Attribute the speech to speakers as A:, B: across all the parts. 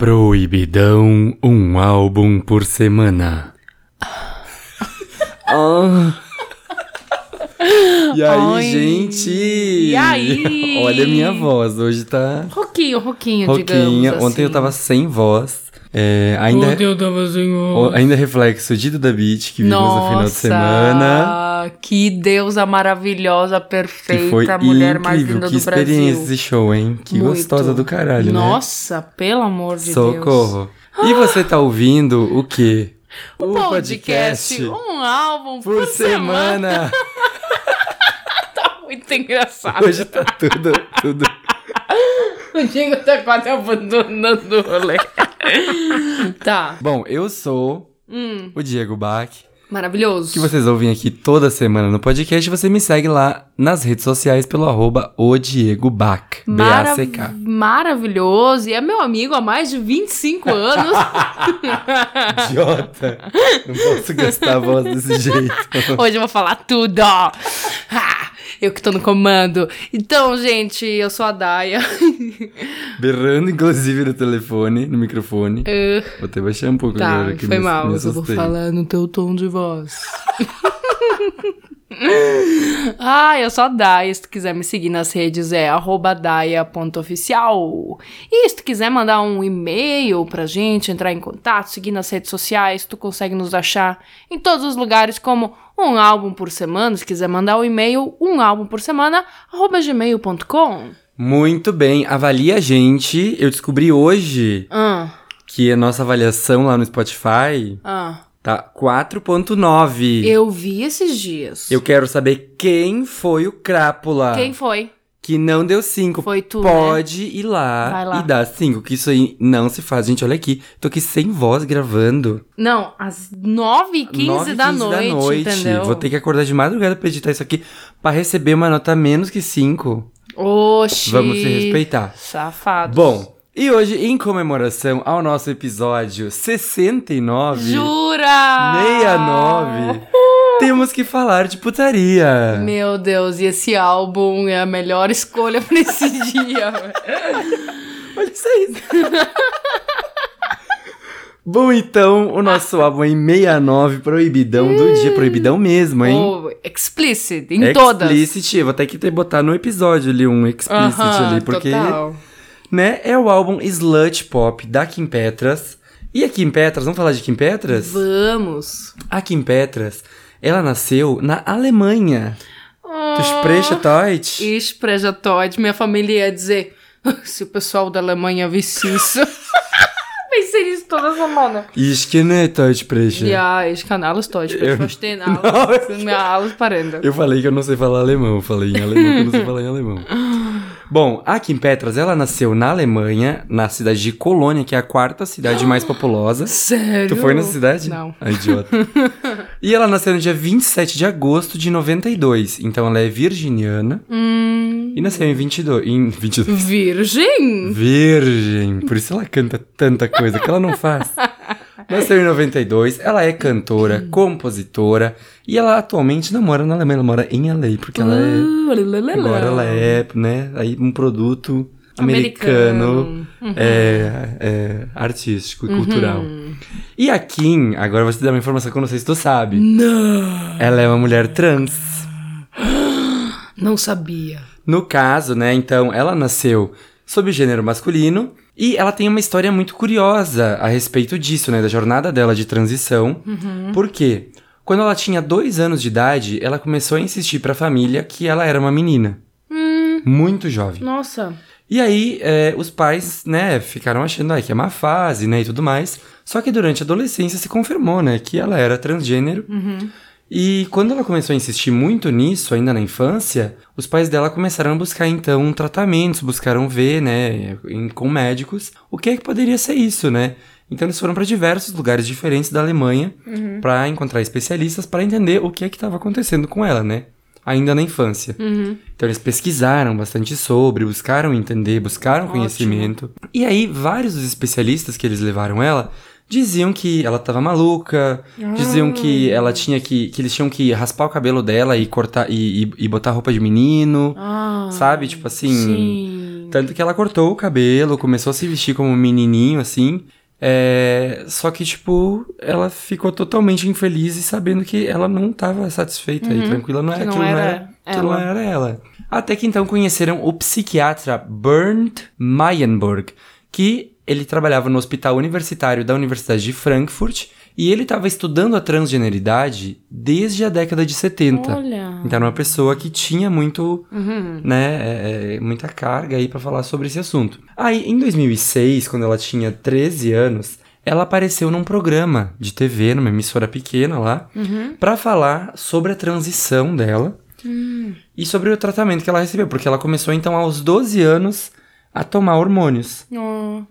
A: Proibidão um álbum por semana. Ah. E aí,
B: Ai.
A: gente?
B: E aí?
A: Olha a minha voz, hoje tá
B: Roquinho, roquinho, digamos
A: rouquinha.
B: assim.
A: Ontem eu tava sem voz. É, ainda,
B: Ontem eu tava assim, sem
A: o-
B: voz.
A: ainda reflexo de Duda Beat que vimos no final de
B: Nossa,
A: semana.
B: que deusa maravilhosa, perfeita,
A: que foi
B: mulher
A: incrível,
B: mais linda
A: que
B: do Brasil.
A: experiência esse show, hein? Que
B: Muito.
A: gostosa do caralho,
B: Nossa, pelo amor
A: né?
B: de Deus.
A: Socorro. E você tá ouvindo o quê?
B: O Um podcast, um álbum por,
A: por
B: semana.
A: semana.
B: Tá muito engraçado.
A: Hoje tá tudo, tudo.
B: O Diego tá quase abandonando o rolê. tá.
A: Bom, eu sou
B: Hum,
A: o Diego Bach.
B: maravilhoso.
A: Que vocês ouvem aqui toda semana no podcast. Você me segue lá nas redes sociais pelo arroba o Diego Bach.
B: Mara-
A: B-A-C-K.
B: Maravilhoso. E é meu amigo há mais de 25 anos.
A: Idiota! Não posso gastar a voz desse jeito.
B: Hoje eu vou falar tudo, ó. Ha! Eu que tô no comando. Então, gente, eu sou a Daya.
A: Berrando, inclusive, no telefone, no microfone.
B: Ah,
A: Vou até baixar um pouco
B: tá,
A: agora que
B: foi
A: me,
B: mal.
A: me
B: mas eu vou
A: assustei.
B: falar no teu tom de voz. ah, eu sou a Daya. Se tu quiser me seguir nas redes é arroba daya.oficial. E se tu quiser mandar um e-mail pra gente, entrar em contato, seguir nas redes sociais, tu consegue nos achar em todos os lugares como um álbum por semana. Se quiser mandar um e-mail, um álbum por semana, arroba gmail.com.
A: Muito bem, avalie a gente. Eu descobri hoje
B: Ah,
A: que a nossa avaliação lá no Spotify
B: ah.
A: tá 4.9.
B: Eu vi esses dias.
A: Eu quero saber quem foi o Crápula.
B: Quem foi?
A: Que não deu 5.
B: Foi tu, né?
A: Pode ir lá,
B: Vai lá.
A: e dar 5, que isso aí não se faz. Gente, olha aqui, tô aqui sem voz gravando.
B: Não, às 9h15
A: 9h15
B: da, noite, entendeu?
A: Vou ter que acordar de madrugada pra editar isso aqui, pra receber uma nota menos que 5.
B: Oxi.
A: Vamos se respeitar.
B: Safados.
A: Bom, e hoje, em comemoração ao nosso episódio 69,
B: Jura!
A: 69, temos que falar de putaria.
B: Meu Deus, e esse álbum é a melhor escolha pra esse dia. velho.
A: Olha isso aí. Bom, então, o nosso álbum em 69, Proibidão do Dia, Proibidão mesmo, hein?
B: Ou explicit, em todas.
A: Explicit, eu vou até que ter botar no episódio ali um explicit
B: Aham,
A: ali, porque,
B: total.
A: né, é o álbum Slut Pop da Kim Petras. E a Kim Petras, vamos falar de Kim Petras?
B: Vamos.
A: A Kim Petras, ela nasceu na Alemanha. Tu
B: Ah.
A: sprecha Deutsch?
B: Espreja Oh, Todd, minha família ia dizer "Ah, se o pessoal da Alemanha visse isso. Pensei nisso toda semana.
A: Ich kenne Deutsch spreche.
B: Ja, ich kann alles Deutsch, ich
A: É. Eu-
B: verstehe
A: Não,
B: alles, mir alles parende.
A: Eu falei que eu não sei falar alemão, eu falei em alemão que eu não sei falar em alemão. Bom, a Kim Petras, ela nasceu na Alemanha, na cidade de Colônia, que é a quarta cidade mais populosa.
B: Sério?
A: Tu foi nessa cidade?
B: Não.
A: Ah, idiota. e ela nasceu no dia 27 de agosto de 92, então ela é virginiana
B: Hum,
A: e nasceu em 22, em 22.
B: virgem?
A: Virgem, por isso ela canta tanta coisa que ela não faz. Nasceu em 92, ela é cantora,
B: Hum.
A: compositora e ela atualmente não mora na Alemanha, ela mora em LA, porque ela é
B: Uh, lalalala.
A: Agora ela é, né? Aí um produto americano,
B: Uhum.
A: é, é, artístico e cultural.
B: Uhum.
A: E a Kim, agora você dá uma informação que eu não sei se tu sabe.
B: Não.
A: Ela é uma mulher trans.
B: Não sabia.
A: No caso, né? Então, ela nasceu sob o gênero masculino. E ela tem uma história muito curiosa a respeito disso, né? Da jornada dela de transição. Por quê? Quando ela tinha dois anos de idade, ela começou a insistir pra família que ela era uma menina. Muito jovem.
B: Nossa.
A: E aí, é, os pais, né, ficaram achando ah, que é uma fase, né, e tudo mais. Só que durante a adolescência se confirmou, né, que ela era transgênero.
B: Uhum,
A: E quando ela começou a insistir muito nisso, ainda na infância, os pais dela começaram a buscar, então, tratamentos, buscaram ver, né, em- com médicos, o que é que poderia ser isso, né? Então, eles foram para diversos lugares diferentes da Alemanha para encontrar especialistas para entender o que é que estava acontecendo com ela, né? Ainda na infância.
B: uhum.
A: Então eles pesquisaram bastante sobre, buscaram entender, buscaram
B: Ótimo.
A: conhecimento. E aí vários dos especialistas que eles levaram ela diziam que ela tava maluca, diziam que
B: Hum.
A: ela tinha que que eles tinham que raspar o cabelo dela e cortar e, e, e botar roupa de menino,
B: Ah,
A: sabe? Tipo assim,
B: Sim.
A: Tanto que ela cortou o cabelo, começou a se vestir como um menininho, assim. É, Só que, tipo, ela ficou totalmente infeliz e sabendo que ela não tava satisfeita e tranquila. Não
B: Uhum. Que
A: era,
B: não
A: aquilo, não é
B: era
A: era, aquilo não
B: ela.
A: era ela. Até que então conheceram o psiquiatra Bernd Mayenburg, que ele trabalhava no hospital universitário da Universidade de Frankfurt e ele estava estudando a transgeneridade desde a década de 70.
B: Olha.
A: Então era uma pessoa que tinha muito,
B: Uhum.
A: né, é, é, muita carga aí pra falar sobre esse assunto. Aí, em 2006, quando ela tinha 13 anos, ela apareceu num programa de TV, numa emissora pequena lá,
B: Uhum.
A: pra falar sobre a transição dela e sobre o tratamento que ela recebeu, porque ela começou então aos 12 anos a tomar hormônios.
B: Ó,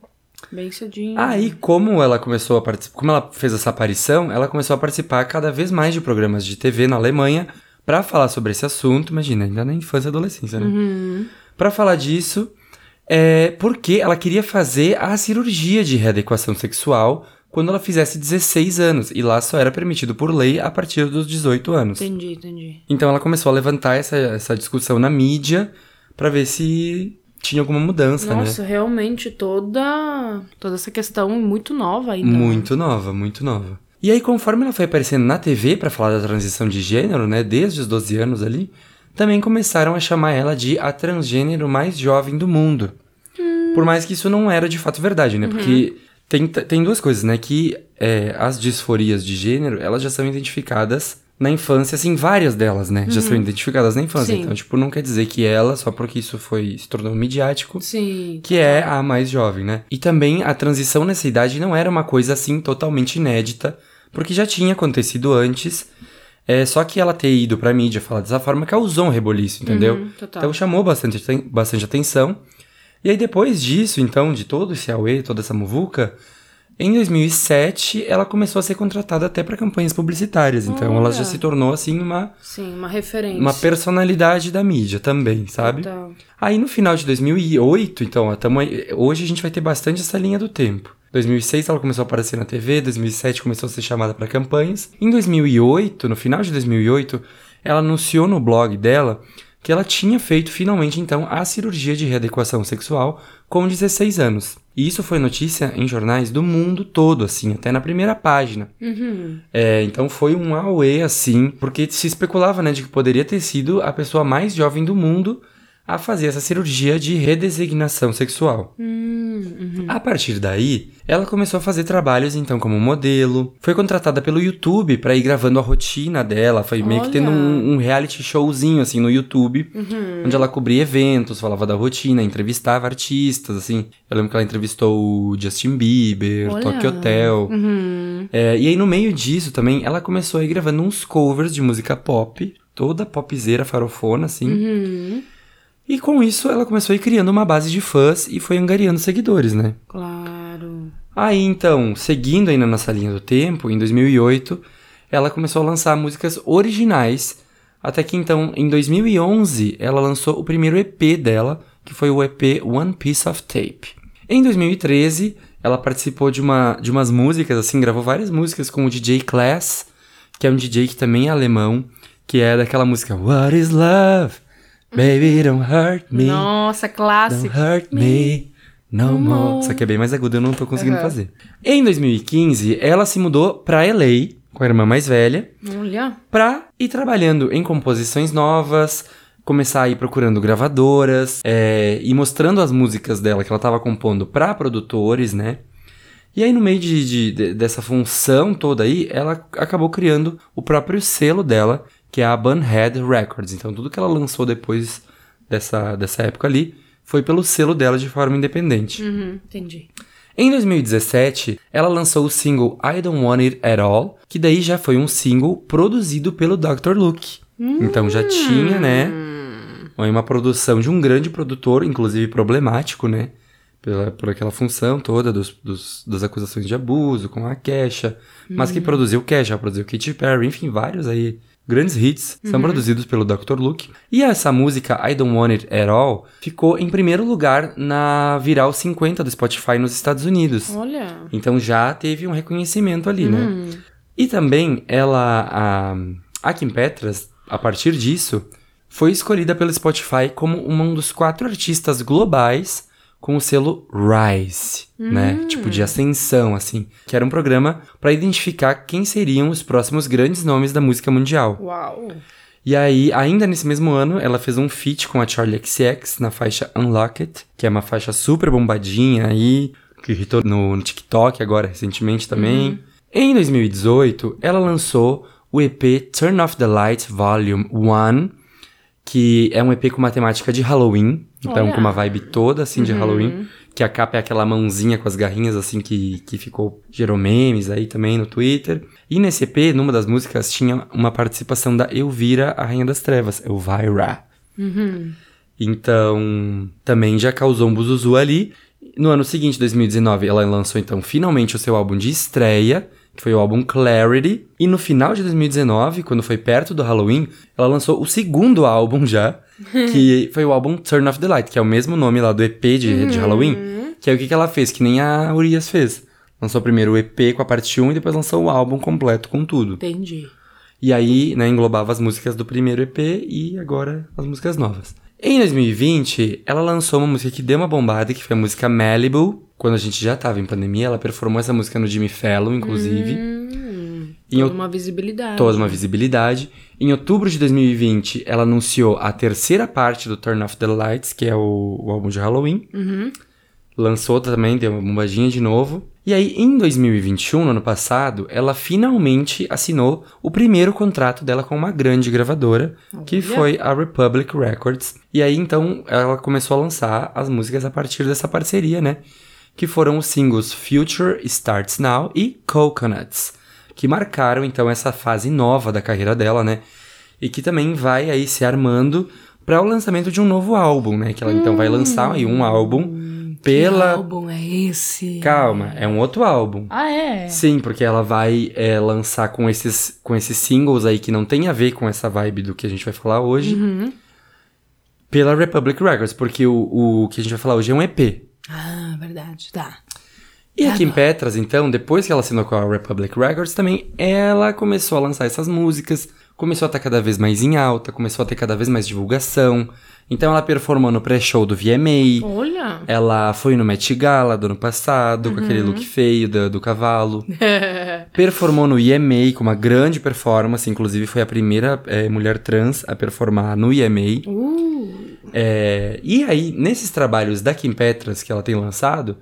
B: bem cedinho.
A: Aí, como ela começou a participar, como ela fez essa aparição, ela começou a participar cada vez mais de programas de TV na Alemanha pra falar sobre esse assunto, imagina, ainda na infância e adolescência, né?
B: Uhum.
A: Pra falar disso, é, porque ela queria fazer a cirurgia de readequação sexual quando ela fizesse 16 anos, e lá só era permitido por lei a partir dos 18 anos.
B: Entendi, entendi.
A: Então ela começou a levantar essa, essa discussão na mídia pra ver se tinha alguma mudança, né?
B: Nossa, realmente toda toda essa questão é muito nova ainda. né?
A: Muito nova, muito nova. E aí, conforme ela foi aparecendo na TV pra falar da transição de gênero, né, desde os 12 anos ali, também começaram a chamar ela de a transgênero mais jovem do mundo.
B: Hum.
A: Por mais que isso não era de fato verdade, né? Porque
B: Uhum.
A: tem, t- tem duas coisas, né? Que é, as disforias de gênero, elas já são identificadas na infância, assim, várias delas, né? Já são identificadas na infância.
B: Uhum. Sim.
A: Então, tipo, não quer dizer que ela, só porque isso foi se tornou midiático,
B: Sim.
A: que é a mais jovem, né? E também a transição nessa idade não era uma coisa assim totalmente inédita, porque já tinha acontecido antes. É, só que ela ter ido pra mídia falar dessa forma causou um reboliço, entendeu?
B: Uhum, total.
A: Então chamou bastante, aten- bastante atenção. E aí depois disso, então, de todo esse auê, toda essa muvuca, em 2007 ela começou a ser contratada até pra campanhas publicitárias. Então ela já
B: Olha.
A: se tornou assim uma,
B: Sim, uma referência.
A: uma personalidade da mídia também, sabe?
B: Total.
A: Aí no final de 2008, então, ó, tamo aí- hoje a gente vai ter bastante essa linha do tempo. 2006 ela começou a aparecer na TV, 2007 começou a ser chamada para campanhas. Em 2008, no final de 2008, ela anunciou no blog dela que ela tinha feito finalmente então a cirurgia de readequação sexual com 16 anos. E isso foi notícia em jornais do mundo todo, assim, até na primeira página.
B: Uhum.
A: É, então foi um auê, assim, porque se especulava, né, de que poderia ter sido a pessoa mais jovem do mundo a fazer essa cirurgia de redesignação sexual.
B: Hum, uhum.
A: A partir daí, ela começou a fazer trabalhos, então, como modelo, foi contratada pelo YouTube pra ir gravando a rotina dela, foi meio que
B: Olha!
A: tendo um, um reality showzinho, assim, no YouTube,
B: Uhum.
A: onde ela cobria eventos, falava da rotina, entrevistava artistas, assim. Eu lembro que ela entrevistou o Justin Bieber,
B: Olha!
A: Tokyo Hotel...
B: Uhum.
A: É, e aí, no meio disso também, ela começou a ir gravando uns covers de música pop, toda popzeira, farofona, assim.
B: Uhum.
A: E com isso, ela começou a ir criando uma base de fãs e foi angariando seguidores, né?
B: Claro.
A: Aí, então, seguindo aí na nossa linha do tempo, em 2008, ela começou a lançar músicas originais, até que então, em 2011, ela lançou o primeiro EP dela, que foi o EP One Piece of Tape. Em 2013, ela participou de, uma, de umas músicas, assim, gravou várias músicas com o DJ Class, que é um DJ que também é alemão, que é daquela música What is Love? Baby, don't hurt me.
B: Nossa, clássico.
A: Don't hurt me no more. Só que é bem mais agudo, eu não tô conseguindo
B: Aham.
A: fazer. Em 2015, ela se mudou pra LA com a irmã mais velha
B: Olha.
A: pra ir trabalhando em composições novas, começar a ir procurando gravadoras é, e mostrando as músicas dela que ela tava compondo pra produtores, né? E aí, no meio de, de- de- dessa função toda aí, ela acabou criando o próprio selo dela, que é a Bunhead Records. Então, tudo que ela lançou depois dessa, dessa época ali foi pelo selo dela de forma independente.
B: Uhum. Entendi.
A: Em 2017, ela lançou o single I Don't Want It At All, que daí já foi um single produzido pelo Dr. Luke. Então já tinha, né,
B: Hum.
A: uma produção de um grande produtor, inclusive problemático, né, pela, por aquela função toda dos, dos- das acusações de abuso com a Kesha, mas que produziu Kesha, produziu Katy Perry, enfim, vários aí grandes hits são produzidos pelo Dr. Luke. E essa música I Don't Want It At All ficou em primeiro lugar na viral 50 do Spotify nos Estados Unidos.
B: Olha.
A: Então já teve um reconhecimento ali, né?
B: Hum.
A: E também ela, a, a Kim Petras, a partir disso, foi escolhida pelo Spotify como uma um dos quatro artistas globais com o selo Rise, né? Tipo de ascensão, assim, que era um programa para identificar quem seriam os próximos grandes nomes da música mundial.
B: Uhum. Uau.
A: E aí, ainda nesse mesmo ano, ela fez um feat com a Charlie XX na faixa Unlocked, que é uma faixa super bombadinha aí, que irritou no, no TikTok agora recentemente também. Em 2018, ela lançou o EP Turn Off the Light Volume 1, que é um EP com uma temática de Halloween, então
B: Olha.
A: com uma vibe toda assim de Halloween, que a capa é aquela mãozinha com as garrinhas assim que, que ficou gerou memes aí também no Twitter. E nesse EP, numa das músicas, tinha uma participação da Elvira, a Rainha das Trevas, Elvira. Então, também já causou um buzuzu ali. No ano seguinte, 2019, ela lançou então finalmente o seu álbum de estreia, que foi o álbum Clarity. E no final de 2019, quando foi perto do Halloween, ela lançou o segundo álbum já, que foi o álbum Turn Off the Light, que é o mesmo nome lá do EP de, de Halloween. Que é o que, que ela fez, que nem a Urias fez. Lançou primeiro o EP com a parte 1 e depois lançou o álbum completo com tudo.
B: Entendi.
A: E aí, né, englobava as músicas do primeiro EP e agora as músicas novas. Em 2020, ela lançou uma música que deu uma bombada, que foi a música Malibu. Quando a gente já tava em pandemia, ela performou essa música no Jimmy Fallon, inclusive.
B: Hum,
A: Em
B: toda
A: out-
B: uma visibilidade.
A: Toda uma visibilidade. Em outubro de 2020, ela anunciou a terceira parte do Turn Off the Lights, que é o, o álbum de Halloween.
B: Uhum.
A: Lançou também, deu uma bombadinha de novo. E aí, em 2021, no ano passado, ela finalmente assinou o primeiro contrato dela com uma grande gravadora, que
B: Olha.
A: foi a Republic Records. E aí, então, ela começou a lançar as músicas a partir dessa parceria, né? Que foram os singles Future Starts Now e Coconuts, que marcaram, então, essa fase nova da carreira dela, né? E que também vai aí se armando para o lançamento de um novo álbum, né? Que ela, então, vai lançar aí um álbum
B: Que
A: pela...
B: álbum é esse?
A: Calma, é um outro álbum.
B: Ah, é?
A: Sim, porque ela vai é, lançar com esses, com esses singles aí que não tem a ver com essa vibe do que a gente vai falar hoje.
B: Uhum.
A: Pela Republic Records, porque o, o que a gente vai falar hoje é um EP.
B: Ah, verdade. Tá.
A: E
B: Tá
A: aqui em
B: bom.
A: Petras, então, depois que ela assinou com a Republic Records, também ela começou a lançar essas músicas, começou a estar cada vez mais em alta, começou a ter cada vez mais divulgação. Então ela performou no pré-show do VMA,
B: Olha.
A: ela foi no Met Gala do ano passado, com aquele look feio do, do cavalo. É. Performou no EMA com uma grande performance, inclusive foi a primeira eh, mulher trans a performar no EMA.
B: uh,
A: É, e aí, nesses trabalhos da Kim Petras que ela tem lançado,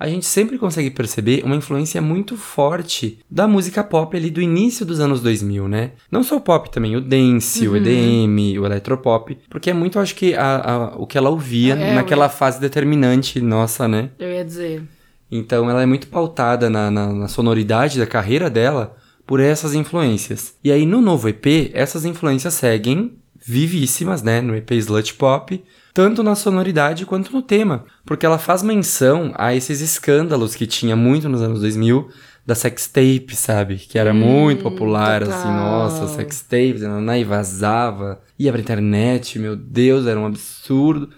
A: a gente sempre consegue perceber uma influência muito forte da música pop ali do início dos anos 2000, né? Não só o pop também, o dance,
B: Uhum.
A: o EDM, o eletropop, porque é muito, acho que, a- a- o que ela ouvia
B: É,
A: naquela fase determinante nossa, né?
B: eu ia dizer.
A: Então ela é muito pautada na, na- na sonoridade da carreira dela por essas influências. E aí no novo EP, essas influências seguem vivíssimas, né? No EP Slut Pop, tanto na sonoridade quanto no tema. Porque ela faz menção a esses escândalos que tinha muito nos anos 2000 da sextape, sabe? Que era muito popular,
B: total.
A: assim, nossa, sextape, né, e vazava, ia pra internet, meu Deus, era um absurdo.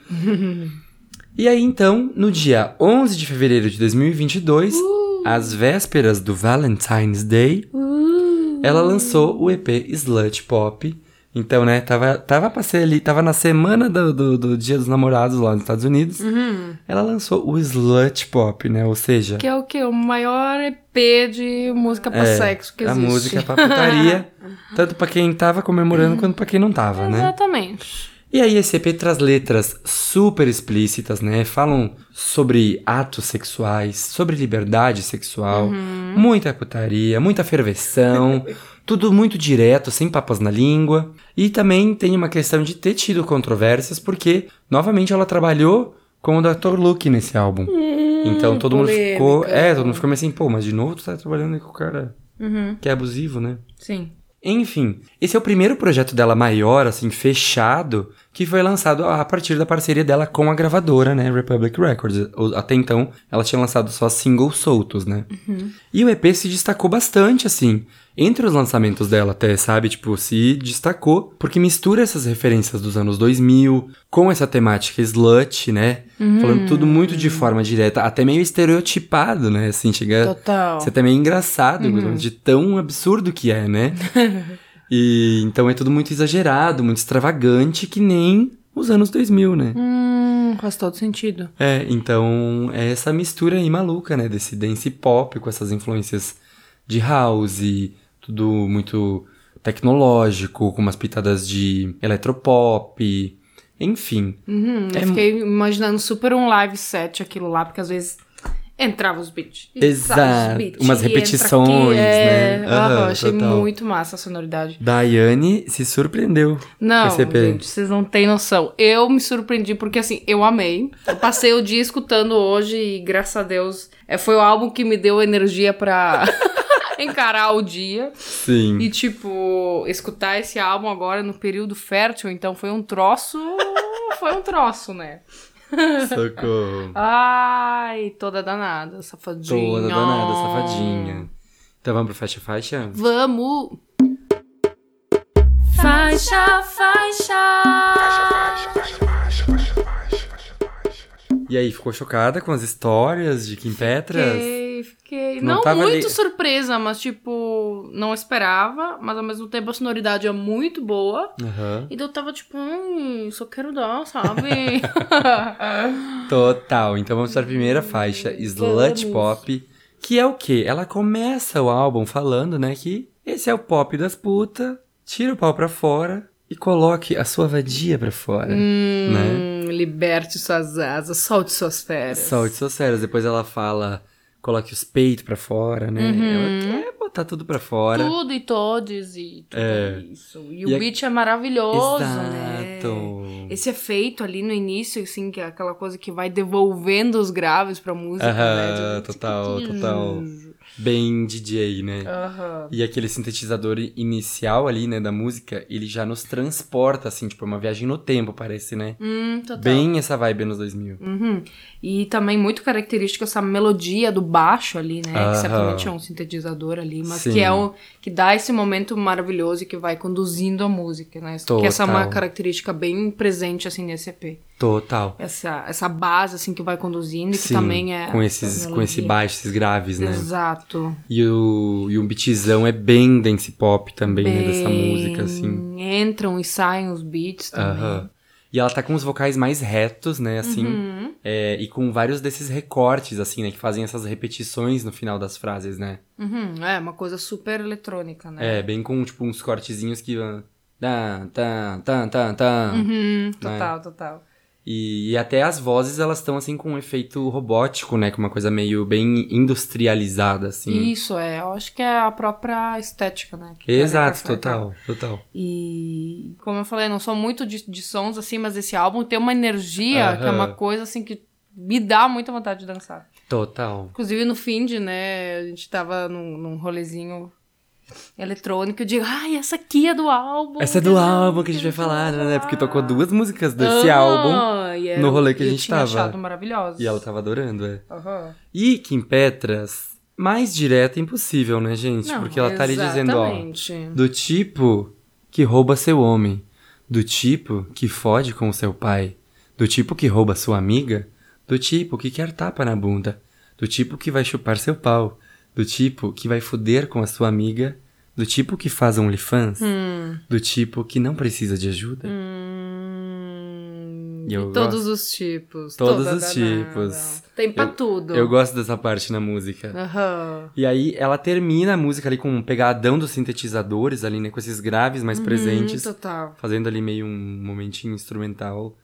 A: E aí, então, no dia 11 de fevereiro de 2022, às vésperas do Valentine's Day,
B: Uh,
A: ela lançou o EP Slut Pop. Então, né, tava, tava pra ser ali, tava na semana do, do, do Dia dos Namorados lá nos Estados Unidos.
B: uhum.
A: Ela lançou o Slut Pop, né, ou seja,
B: Que é o quê? O maior EP de música pra
A: É,
B: sexo que
A: a
B: existe.
A: música pra putaria, tanto pra quem tava comemorando
B: Hum.
A: quanto pra quem não tava, né?
B: Exatamente.
A: E aí esse EP traz letras super explícitas, né? Falam sobre atos sexuais, sobre liberdade sexual,
B: Uhum.
A: muita putaria, muita ferveção, tudo muito direto, sem papas na língua. E também tem uma questão de ter tido controvérsias, porque novamente ela trabalhou com o Dr. Luke nesse álbum. então todo mundo
B: Hum, polêmica.
A: ficou, é, todo mundo ficou meio assim, pô, mas de novo tu tá trabalhando com o cara
B: Uhum.
A: que é abusivo, né?
B: Sim.
A: Enfim, esse é o primeiro projeto dela maior, assim, fechado, que foi lançado a partir da parceria dela com a gravadora, né, Republic Records. O- Até então, ela tinha lançado só singles soltos, né? E o EP se destacou bastante, assim, entre os lançamentos dela até, sabe? Tipo, se destacou, porque mistura essas referências dos anos 2000 com essa temática slut, né?
B: Uhum.
A: Falando tudo muito de forma direta, até meio estereotipado, né? Assim, chega...
B: Total.
A: Isso é até meio engraçado, de tão absurdo que é, né? E então é tudo muito exagerado, muito extravagante, que nem os anos 2000, né?
B: Hum, faz todo sentido.
A: É, então é essa mistura aí maluca, né? Desse dance pop com essas influências de house, tudo muito tecnológico, com umas pitadas de eletropop, enfim.
B: Uhum, eu
A: É mu-
B: fiquei imaginando super um live set aquilo lá, porque às vezes entrava os beats. e
A: Exato,
B: saia os beats,
A: umas
B: e entra
A: repetições,
B: aqui, é...
A: né?
B: aham,
A: Aham,
B: achei
A: total.
B: muito massa a sonoridade.
A: Daiane se surpreendeu.
B: Não,
A: Esse EP.
B: gente, vocês não têm noção. Eu me surpreendi porque, assim, eu amei. Eu passei o dia escutando hoje e, graças a Deus, é, foi o álbum que me deu energia pra encarar o dia.
A: Sim.
B: E, tipo, escutar esse álbum agora no período fértil, então foi um troço. Foi um troço, né?
A: Socorro.
B: Ai, toda danada, safadinha.
A: Toda danada, safadinha. Então vamos pro faixa faixa?
B: Vamos! Faixa, faixa!
A: E aí, ficou chocada com as histórias de Kim Petras?
B: Fiquei, fiquei.
A: Não
B: Não,
A: tava
B: muito
A: li-
B: surpresa, mas tipo, não esperava. Mas ao mesmo tempo a sonoridade é muito boa.
A: Aham.
B: E daí eu tava tipo, hum, só quero dar, sabe?
A: Total. Então vamos para a primeira faixa,
B: Vamos.
A: Slut Pop, que é o quê? Ela começa o álbum falando, né, que esse é o pop das puta, tira o pau pra fora e coloque a sua vadia pra fora.
B: hum, liberte suas asas, solte suas férias.
A: Né? Solte suas férias. Depois ela fala, coloque os peitos pra fora, né? Ela quer botar tudo pra fora.
B: Uhum. Tudo e todes e tudo
A: É.
B: isso. E,
A: E
B: o
A: a-
B: beat é maravilhoso, né?
A: Exato.
B: Esse efeito ali no início, assim, que é aquela coisa que vai devolvendo os graves pra música,
A: Aham,
B: né?
A: total, total. Bem DJ, né?
B: Aham.
A: E aquele sintetizador i- inicial ali, né, da música, ele já nos transporta, assim, tipo, é uma viagem no tempo, parece, né?
B: Hum, total.
A: Bem essa vibe nos 2000.
B: Uhum. E também muito característica essa melodia do baixo ali, né?
A: Aham.
B: Que certamente é um sintetizador ali, mas
A: Sim.
B: que é o que dá esse momento maravilhoso e que vai conduzindo a música, né?
A: Total.
B: Que essa é uma característica bem presente assim nesse EP.
A: Total.
B: Essa essa base assim que vai conduzindo e que
A: Sim,
B: também é
A: com, esses,
B: essa
A: com esse
B: melodia.
A: baixo, esses graves, né?
B: Exato.
A: E, o, e um beatzão é bem dance pop também, né, dessa
B: Bem,
A: música, assim.
B: Entram e saem os beats também.
A: Aham. E ela tá com os vocais mais retos, né, assim,
B: Uhum.
A: é, e com vários desses recortes, assim, né, que fazem essas repetições no final das frases, né?
B: Uhum. É uma coisa super eletrônica, né?
A: É, bem com, tipo, uns cortezinhos que... ah, Tá, tá, tá, tá, tá.
B: Uhum. Total, total.
A: E, e até as vozes, elas estão, assim, com um efeito robótico, né? Com uma coisa meio bem industrializada, assim.
B: Isso, é. Eu acho que é a própria estética, né? que quer
A: Exato,
B: retratar e tal.
A: total, total.
B: E, como eu falei, não sou muito de, de sons assim, mas esse álbum tem uma energia que é
A: Aham.
B: uma coisa assim que me dá muita vontade de dançar.
A: Total.
B: Inclusive no Find, né? A gente tava num, num rolezinho eletrônico. Eu digo, ai, essa aqui é do álbum.
A: Essa é do álbum que a gente vai falar, né? Porque tocou duas músicas desse
B: Ah,
A: álbum
B: e era-
A: no rolê que a
B: eu
A: gente
B: tinha
A: tava.
B: achado maravilhosa.
A: e ela tava adorando, é.
B: Aham.
A: E Kim Petras, mais direta impossível, né, gente?
B: Não,
A: Porque ela tá ali dizendo, ó...
B: exatamente.
A: Do tipo que rouba seu homem. Do tipo que fode com seu pai. Do tipo que rouba sua amiga. Do tipo que quer tapa na bunda. Do tipo que vai chupar seu pau. Do tipo que vai foder com a sua amiga. Do tipo que faz OnlyFans.
B: Hum.
A: Do tipo que não precisa de ajuda.
B: Hum,
A: E
B: de
A: eu
B: todos os tipos.
A: Todos
B: toda
A: os
B: danada.
A: tipos.
B: Tem pra
A: Eu-
B: tudo.
A: Eu gosto dessa parte na música.
B: Aham.
A: E aí ela termina a música ali com um pegadão dos sintetizadores ali, né? Com esses graves mais presentes.
B: Hum, total.
A: fazendo ali meio um momentinho instrumental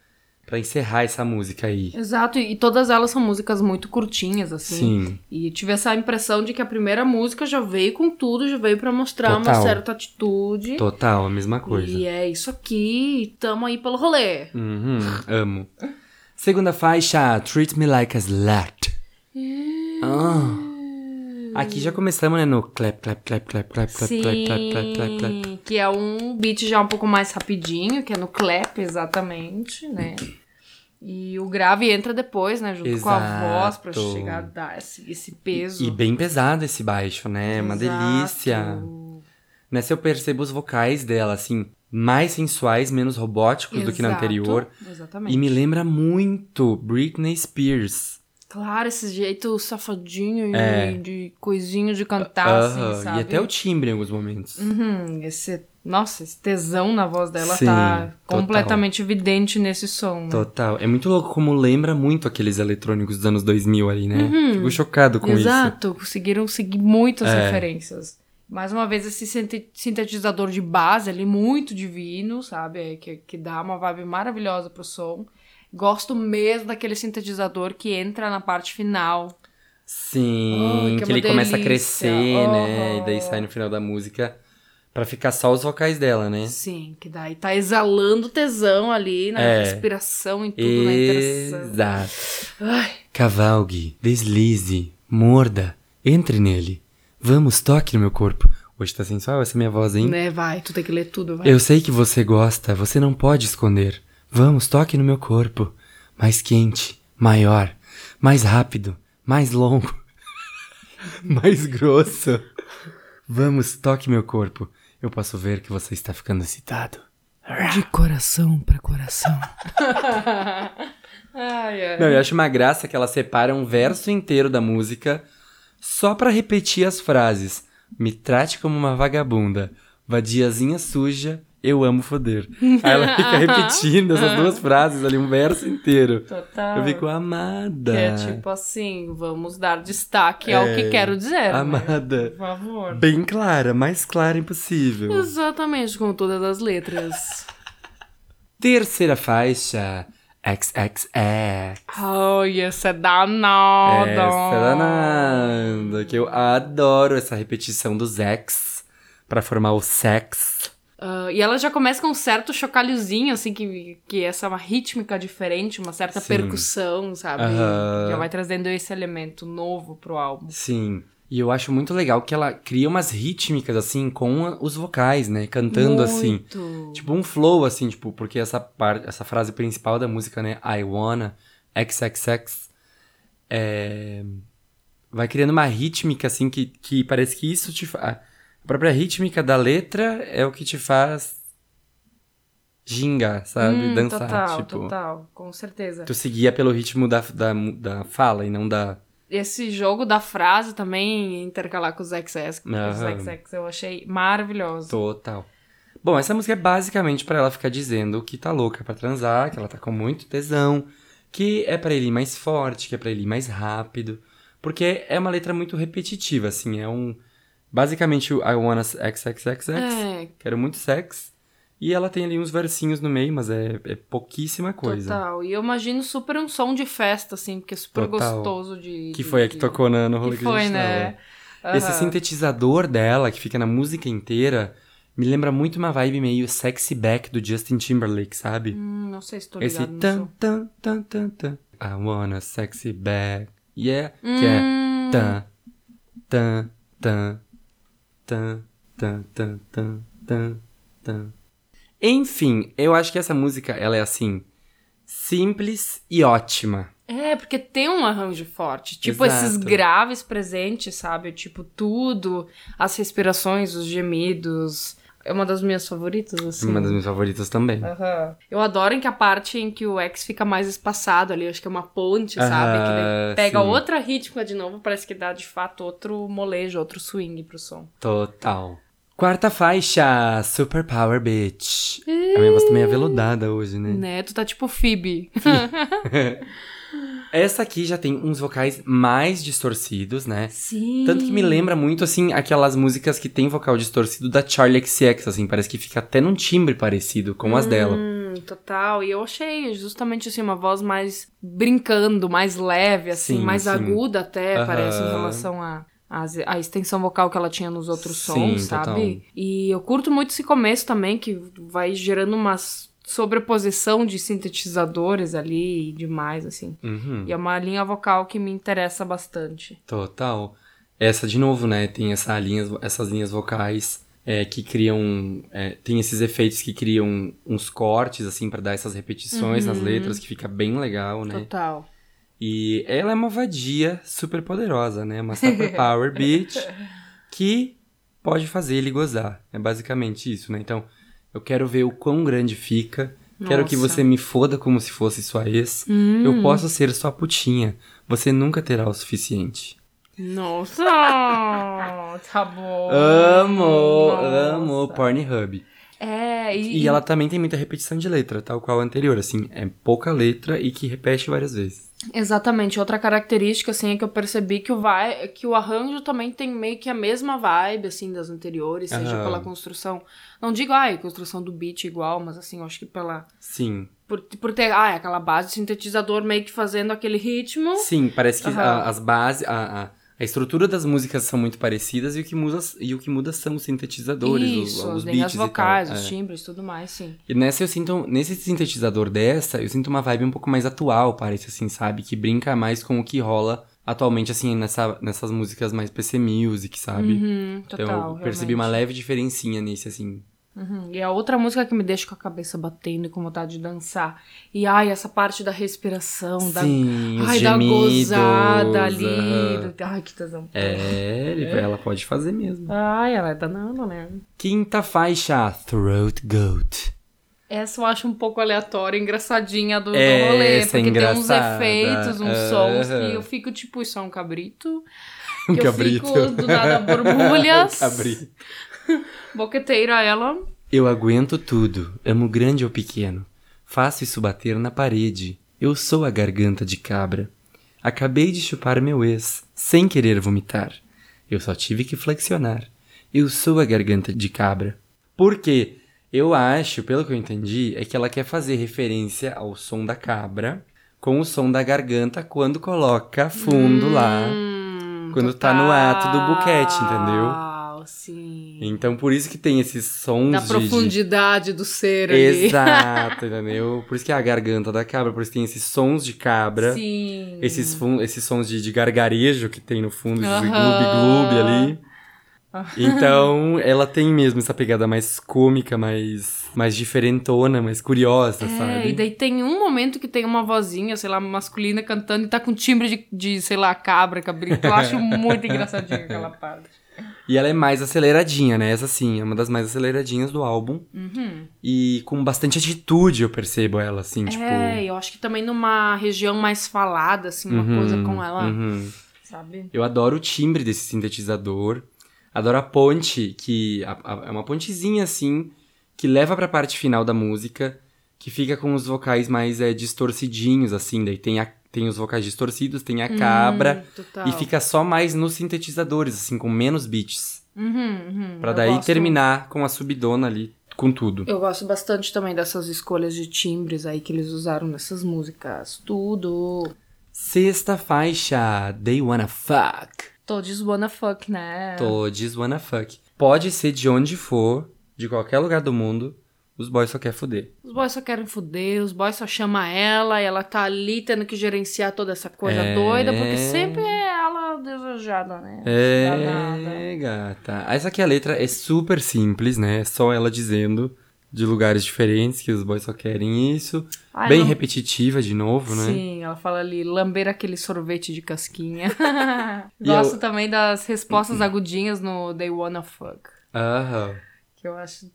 A: pra encerrar essa música aí.
B: Exato, e todas elas são músicas muito curtinhas, assim.
A: Sim,
B: E tive essa impressão de que a primeira música já veio com tudo, já veio pra mostrar uma
A: Total.
B: certa atitude.
A: total, a mesma coisa.
B: E é isso aqui, e tamo aí pelo rolê.
A: Uhum, amo. Segunda faixa, Treat Me Like a Slut. Ah. Aqui já começamos, né, no clap, clap, clap, clap, clap, clap,
B: Sim,
A: clap, clap, clap, clap, clap.
B: que é um beat já um pouco mais rapidinho, que é no clap, exatamente, né? E o grave entra depois, né? Junto com a voz, pra
A: Exato.
B: chegar a dar esse, esse peso.
A: E bem pesado esse baixo, né? Uma
B: Exato.
A: delícia. Nessa eu percebo os vocais dela, assim, mais sensuais, menos robóticos do que na
B: Exato,
A: anterior.
B: Exatamente.
A: E me lembra muito Britney Spears.
B: Claro, esse jeito safadinho e
A: É.
B: de coisinho de cantar,
A: Aham,
B: assim, sabe?
A: E até o timbre em alguns momentos.
B: Uhum, esse Nossa, esse tesão na voz dela
A: Sim,
B: tá
A: total.
B: completamente evidente nesse som. né?
A: Total. É muito louco como lembra muito aqueles eletrônicos dos anos 2000 ali, né? Fico chocado com isso.
B: Uhum. Exato, conseguiram seguir muitas
A: É.
B: referências. Mais uma vez, esse sinte- sintetizador de base ali, muito divino, sabe? É, Que, que dá uma vibe maravilhosa pro som. Gosto mesmo daquele sintetizador que entra na parte final.
A: Sim,
B: Ai, que
A: que,
B: é uma
A: ele começa a
B: delícia.
A: crescer, né?
B: Aham.
A: E daí sai no final da música pra ficar só os vocais dela, né?
B: Sim, que daí tá exalando tesão ali na
A: É.
B: respiração e tudo, né? na interação.
A: Exato.
B: Ai,
A: Cavalgue, deslize, morda, entre nele. Vamos, toque no meu corpo. Hoje tá sensual essa minha voz, hein?
B: né, vai, tu tem que ler tudo, vai.
A: Eu sei que você gosta, você não pode esconder. Vamos, toque no meu corpo. Mais quente, maior, mais rápido, mais longo, mais grosso. Vamos, toque meu corpo. Eu posso ver que você está ficando excitado.
B: De coração pra coração. ai, ai.
A: Não, eu acho uma graça que ela separa um verso inteiro da música só pra repetir as frases. Me trate como uma vagabunda, vadiazinha suja, eu amo foder. Aí ela fica repetindo essas duas frases ali, um verso inteiro.
B: Total.
A: Eu fico amada.
B: Que Ah. é tipo assim, vamos dar destaque ao que
A: É,
B: quero dizer. né?
A: amada.
B: Por favor.
A: Bem clara, mais clara impossível.
B: Exatamente, com todas as letras.
A: Terceira faixa, XXX.
B: Ai, essa é danada.
A: Essa danada, É, que eu adoro essa repetição dos ex pra formar o sex.
B: Ah, e ela já começa com um certo chocalhozinho, assim, que, que essa é uma rítmica diferente, uma certa
A: Sim.
B: percussão, sabe?
A: Aham.
B: Já vai trazendo esse elemento novo pro álbum.
A: Sim. E eu acho muito legal que ela cria umas rítmicas, assim, com a- os vocais, né? Cantando assim.
B: Muito.
A: Tipo um flow, assim, tipo, porque essa parte, essa frase principal da música, né? I wanna, XXX. É... Vai criando uma rítmica, assim, que, que parece que isso te faz. A própria rítmica da letra é o que te faz ginga, sabe?
B: Hum,
A: Dançar.
B: total,
A: tipo,
B: total, com certeza.
A: tu seguia pelo ritmo da, da, da fala e não da.
B: esse jogo da frase também intercalar com os XX, com os
A: Aham.
B: XX, eu achei maravilhoso.
A: Total. Bom, essa música é basicamente pra ela ficar dizendo que tá louca pra transar, que ela tá com muito tesão, que é pra ele ir mais forte, que é pra ele ir mais rápido, porque é uma letra muito repetitiva, assim, é um basicamente o I wanna XXXX,
B: É,
A: quero muito sexo, e ela tem ali uns versinhos no meio, mas é, é pouquíssima coisa.
B: total. E eu imagino super um som de festa, assim, porque é super
A: Total.
B: gostoso de. de-
A: Que foi a que
B: de-
A: tocou na, no
B: Que
A: rolê que, a
B: foi,
A: gente tava.
B: né?
A: Esse assim
B: Aham.
A: sintetizador dela, que fica na música inteira, me lembra muito uma vibe meio sexy back do Justin Timberlake, sabe?
B: Hum, não sei se tô
A: Esse
B: ligado no
A: tan,
B: som.
A: tan, tan, tan, tan. I wanna sexy back. Yeah. Que é
B: Hum,
A: tan, tan, tan, tan, tan, tan, tan, tan, tan. Enfim, eu acho que essa música, ela é assim, simples e ótima.
B: É, porque tem um arranjo forte. Tipo,
A: Exato.
B: esses graves presentes, sabe? Tipo, tudo. As respirações, os gemidos. É uma das minhas favoritas, assim.
A: Uma das minhas favoritas também.
B: Aham. Eu adoro em que a parte em que o X fica mais espaçado ali, acho que é uma ponte,
A: Aham,
B: sabe? Que daí pega
A: Ah, sim.
B: outra rítmica de novo, parece que dá de fato outro molejo, outro swing pro som.
A: Total. Quarta faixa, Super Power Bitch. A minha voz tá meio aveludada hoje, né?
B: Né? Tu tá tipo Phoebe.
A: Essa aqui já tem uns vocais mais distorcidos, né?
B: Sim.
A: Tanto que me lembra muito, assim, aquelas músicas que tem vocal distorcido da Charlie XCX, assim. Parece que fica até num timbre parecido com as dela.
B: Hum, total. E eu achei justamente assim, uma voz mais brincando, mais leve, assim,
A: Sim,
B: mais
A: sim.
B: aguda até,
A: Aham.
B: parece, em relação a. às- A extensão vocal que ela tinha nos outros
A: Sim,
B: sons, sabe?
A: total.
B: E eu curto muito esse começo também, que vai gerando uma sobreposição de sintetizadores ali e demais, assim.
A: Uhum.
B: E é uma linha vocal que me interessa bastante.
A: Total. Essa, de novo, né? Tem essa linhas, essas linhas vocais é, que criam. é, tem esses efeitos que criam uns cortes, assim, pra dar essas repetições nas
B: Uhum.
A: letras, que fica bem legal, né?
B: Total.
A: E ela é uma vadia super poderosa, né? Uma super power bitch que pode fazer ele gozar. É basicamente isso, né? Então, eu quero ver o quão grande fica. Quero que
B: Nossa. Hum.
A: você me foda como se fosse sua ex. Eu posso ser sua putinha. Você nunca terá o suficiente.
B: Nossa! tá bom.
A: Amo,
B: Nossa.
A: amo Pornhub.
B: É, e,
A: E ela também tem muita repetição de letra, tal qual a anterior, assim, é pouca letra e que repete várias vezes.
B: Exatamente. Outra característica, assim, é que eu percebi que o, vai... que o arranjo também tem meio que a mesma vibe, assim, das anteriores, seja
A: Aham.
B: pela construção. Não digo, ai, construção do beat igual, mas assim, eu acho que pela.
A: Sim.
B: Por, por ter, ai, aquela base de sintetizador meio que fazendo aquele ritmo.
A: Sim, parece que
B: Aham.
A: a- as bases, a, a, a estrutura das músicas são muito parecidas e o que muda, e o que muda são os sintetizadores, o-
B: Isso,
A: os
B: as
A: beats
B: linhas vocais,
A: e tal.
B: os
A: é.
B: timbres, tudo mais, sim.
A: E nessa eu sinto, nesse sintetizador dessa, eu sinto uma vibe um pouco mais atual, parece assim, sabe? Que brinca mais com o que rola atualmente, assim, nessa, nessas músicas mais PC Music, sabe?
B: Uhum, total.
A: então eu percebi
B: realmente.
A: uma leve diferencinha nesse, assim.
B: Uhum. E a outra música que me deixa com a cabeça batendo e com vontade de dançar. E ai, essa parte da respiração, da
A: Sim, os
B: Então Ai, da
A: gemidos.
B: gozada ali.
A: aham.
B: do- Ai, que tesão.
A: É, ele- ela pode fazer mesmo.
B: Ai, ela é danada, né?
A: Quinta faixa, Throat Goat.
B: Essa eu acho um pouco aleatória, engraçadinha do, do
A: É,
B: rolê.
A: essa é
B: Porque tem uns
A: engraçada.
B: efeitos, uns
A: Aham.
B: sons que eu fico tipo, isso é um cabrito.
A: Um
B: que
A: cabrito. Um
B: Eu fico do nada borbulhas.
A: Abri.
B: Boqueteira ela.
A: Eu aguento tudo, amo grande ou pequeno. Faço isso bater na parede. Eu sou a garganta de cabra. Acabei de chupar meu ex, sem querer vomitar. Eu só tive que flexionar. Eu sou a garganta de cabra. Por quê? Eu acho, pelo que eu entendi, é que ela quer fazer referência ao som da cabra com o som da garganta quando coloca fundo lá.
B: Hum,
A: Quando tá no ato do boquete, entendeu?
B: Total, sim.
A: Então por isso que tem esses sons
B: Da
A: de- de
B: profundidade do ser ali.
A: Exato, entendeu? Por isso que é a garganta da cabra, por isso que tem esses sons de cabra,
B: Sim.
A: esses, fun- esses sons de, de gargarejo que tem no fundo, esse
B: Aham.
A: gloob-gloob ali. Então, ela tem mesmo essa pegada mais cômica, mais, mais diferentona, mais curiosa,
B: É,
A: sabe?
B: e daí tem um momento que tem uma vozinha, sei lá, masculina cantando e tá com timbre de, de, sei lá, cabra, cabrito. Eu acho muito engraçadinha aquela parte.
A: E ela é mais aceleradinha, né? Essa sim, é uma das mais aceleradinhas do álbum.
B: Uhum.
A: E com bastante atitude, eu percebo ela, assim, tipo.
B: É, eu acho que também numa região mais falada, assim, uma
A: uhum,
B: coisa com ela,
A: uhum.
B: sabe?
A: Eu adoro o timbre desse sintetizador. Adoro a ponte, que a- a- é uma pontezinha assim, que leva pra parte final da música, que fica com os vocais mais é, distorcidinhos, assim. Daí tem, a- tem os vocais distorcidos, tem a É cabra,
B: Hum, total.
A: e fica só mais nos sintetizadores, assim, com menos beats.
B: Uhum, uhum.
A: Pra
B: Eu
A: daí
B: gosto-
A: terminar com a subidona ali, com tudo.
B: Eu gosto bastante também dessas escolhas de timbres aí que eles usaram nessas músicas. Tudo.
A: Sexta faixa, They Wanna Fuck.
B: Todos wanna fuck, né?
A: Todes wanna fuck. Pode ser de onde for, de qualquer lugar do mundo, os boys só quer foder.
B: Os boys só querem foder, os boys só chama ela e ela tá ali tendo que gerenciar toda essa coisa
A: É.
B: doida, porque sempre é ela desejada, né? Danada.
A: É, gata. Essa aqui a letra é super simples, né? É só ela dizendo de lugares diferentes que os boys só querem isso.
B: Ai,
A: Bem
B: Ah, não-
A: repetitiva de novo, né?
B: Sim, ela fala ali, lamber aquele sorvete de casquinha.
A: E
B: Gosto
A: eu-
B: também das respostas agudinhas no They Wanna Fuck.
A: Aham.
B: Que eu acho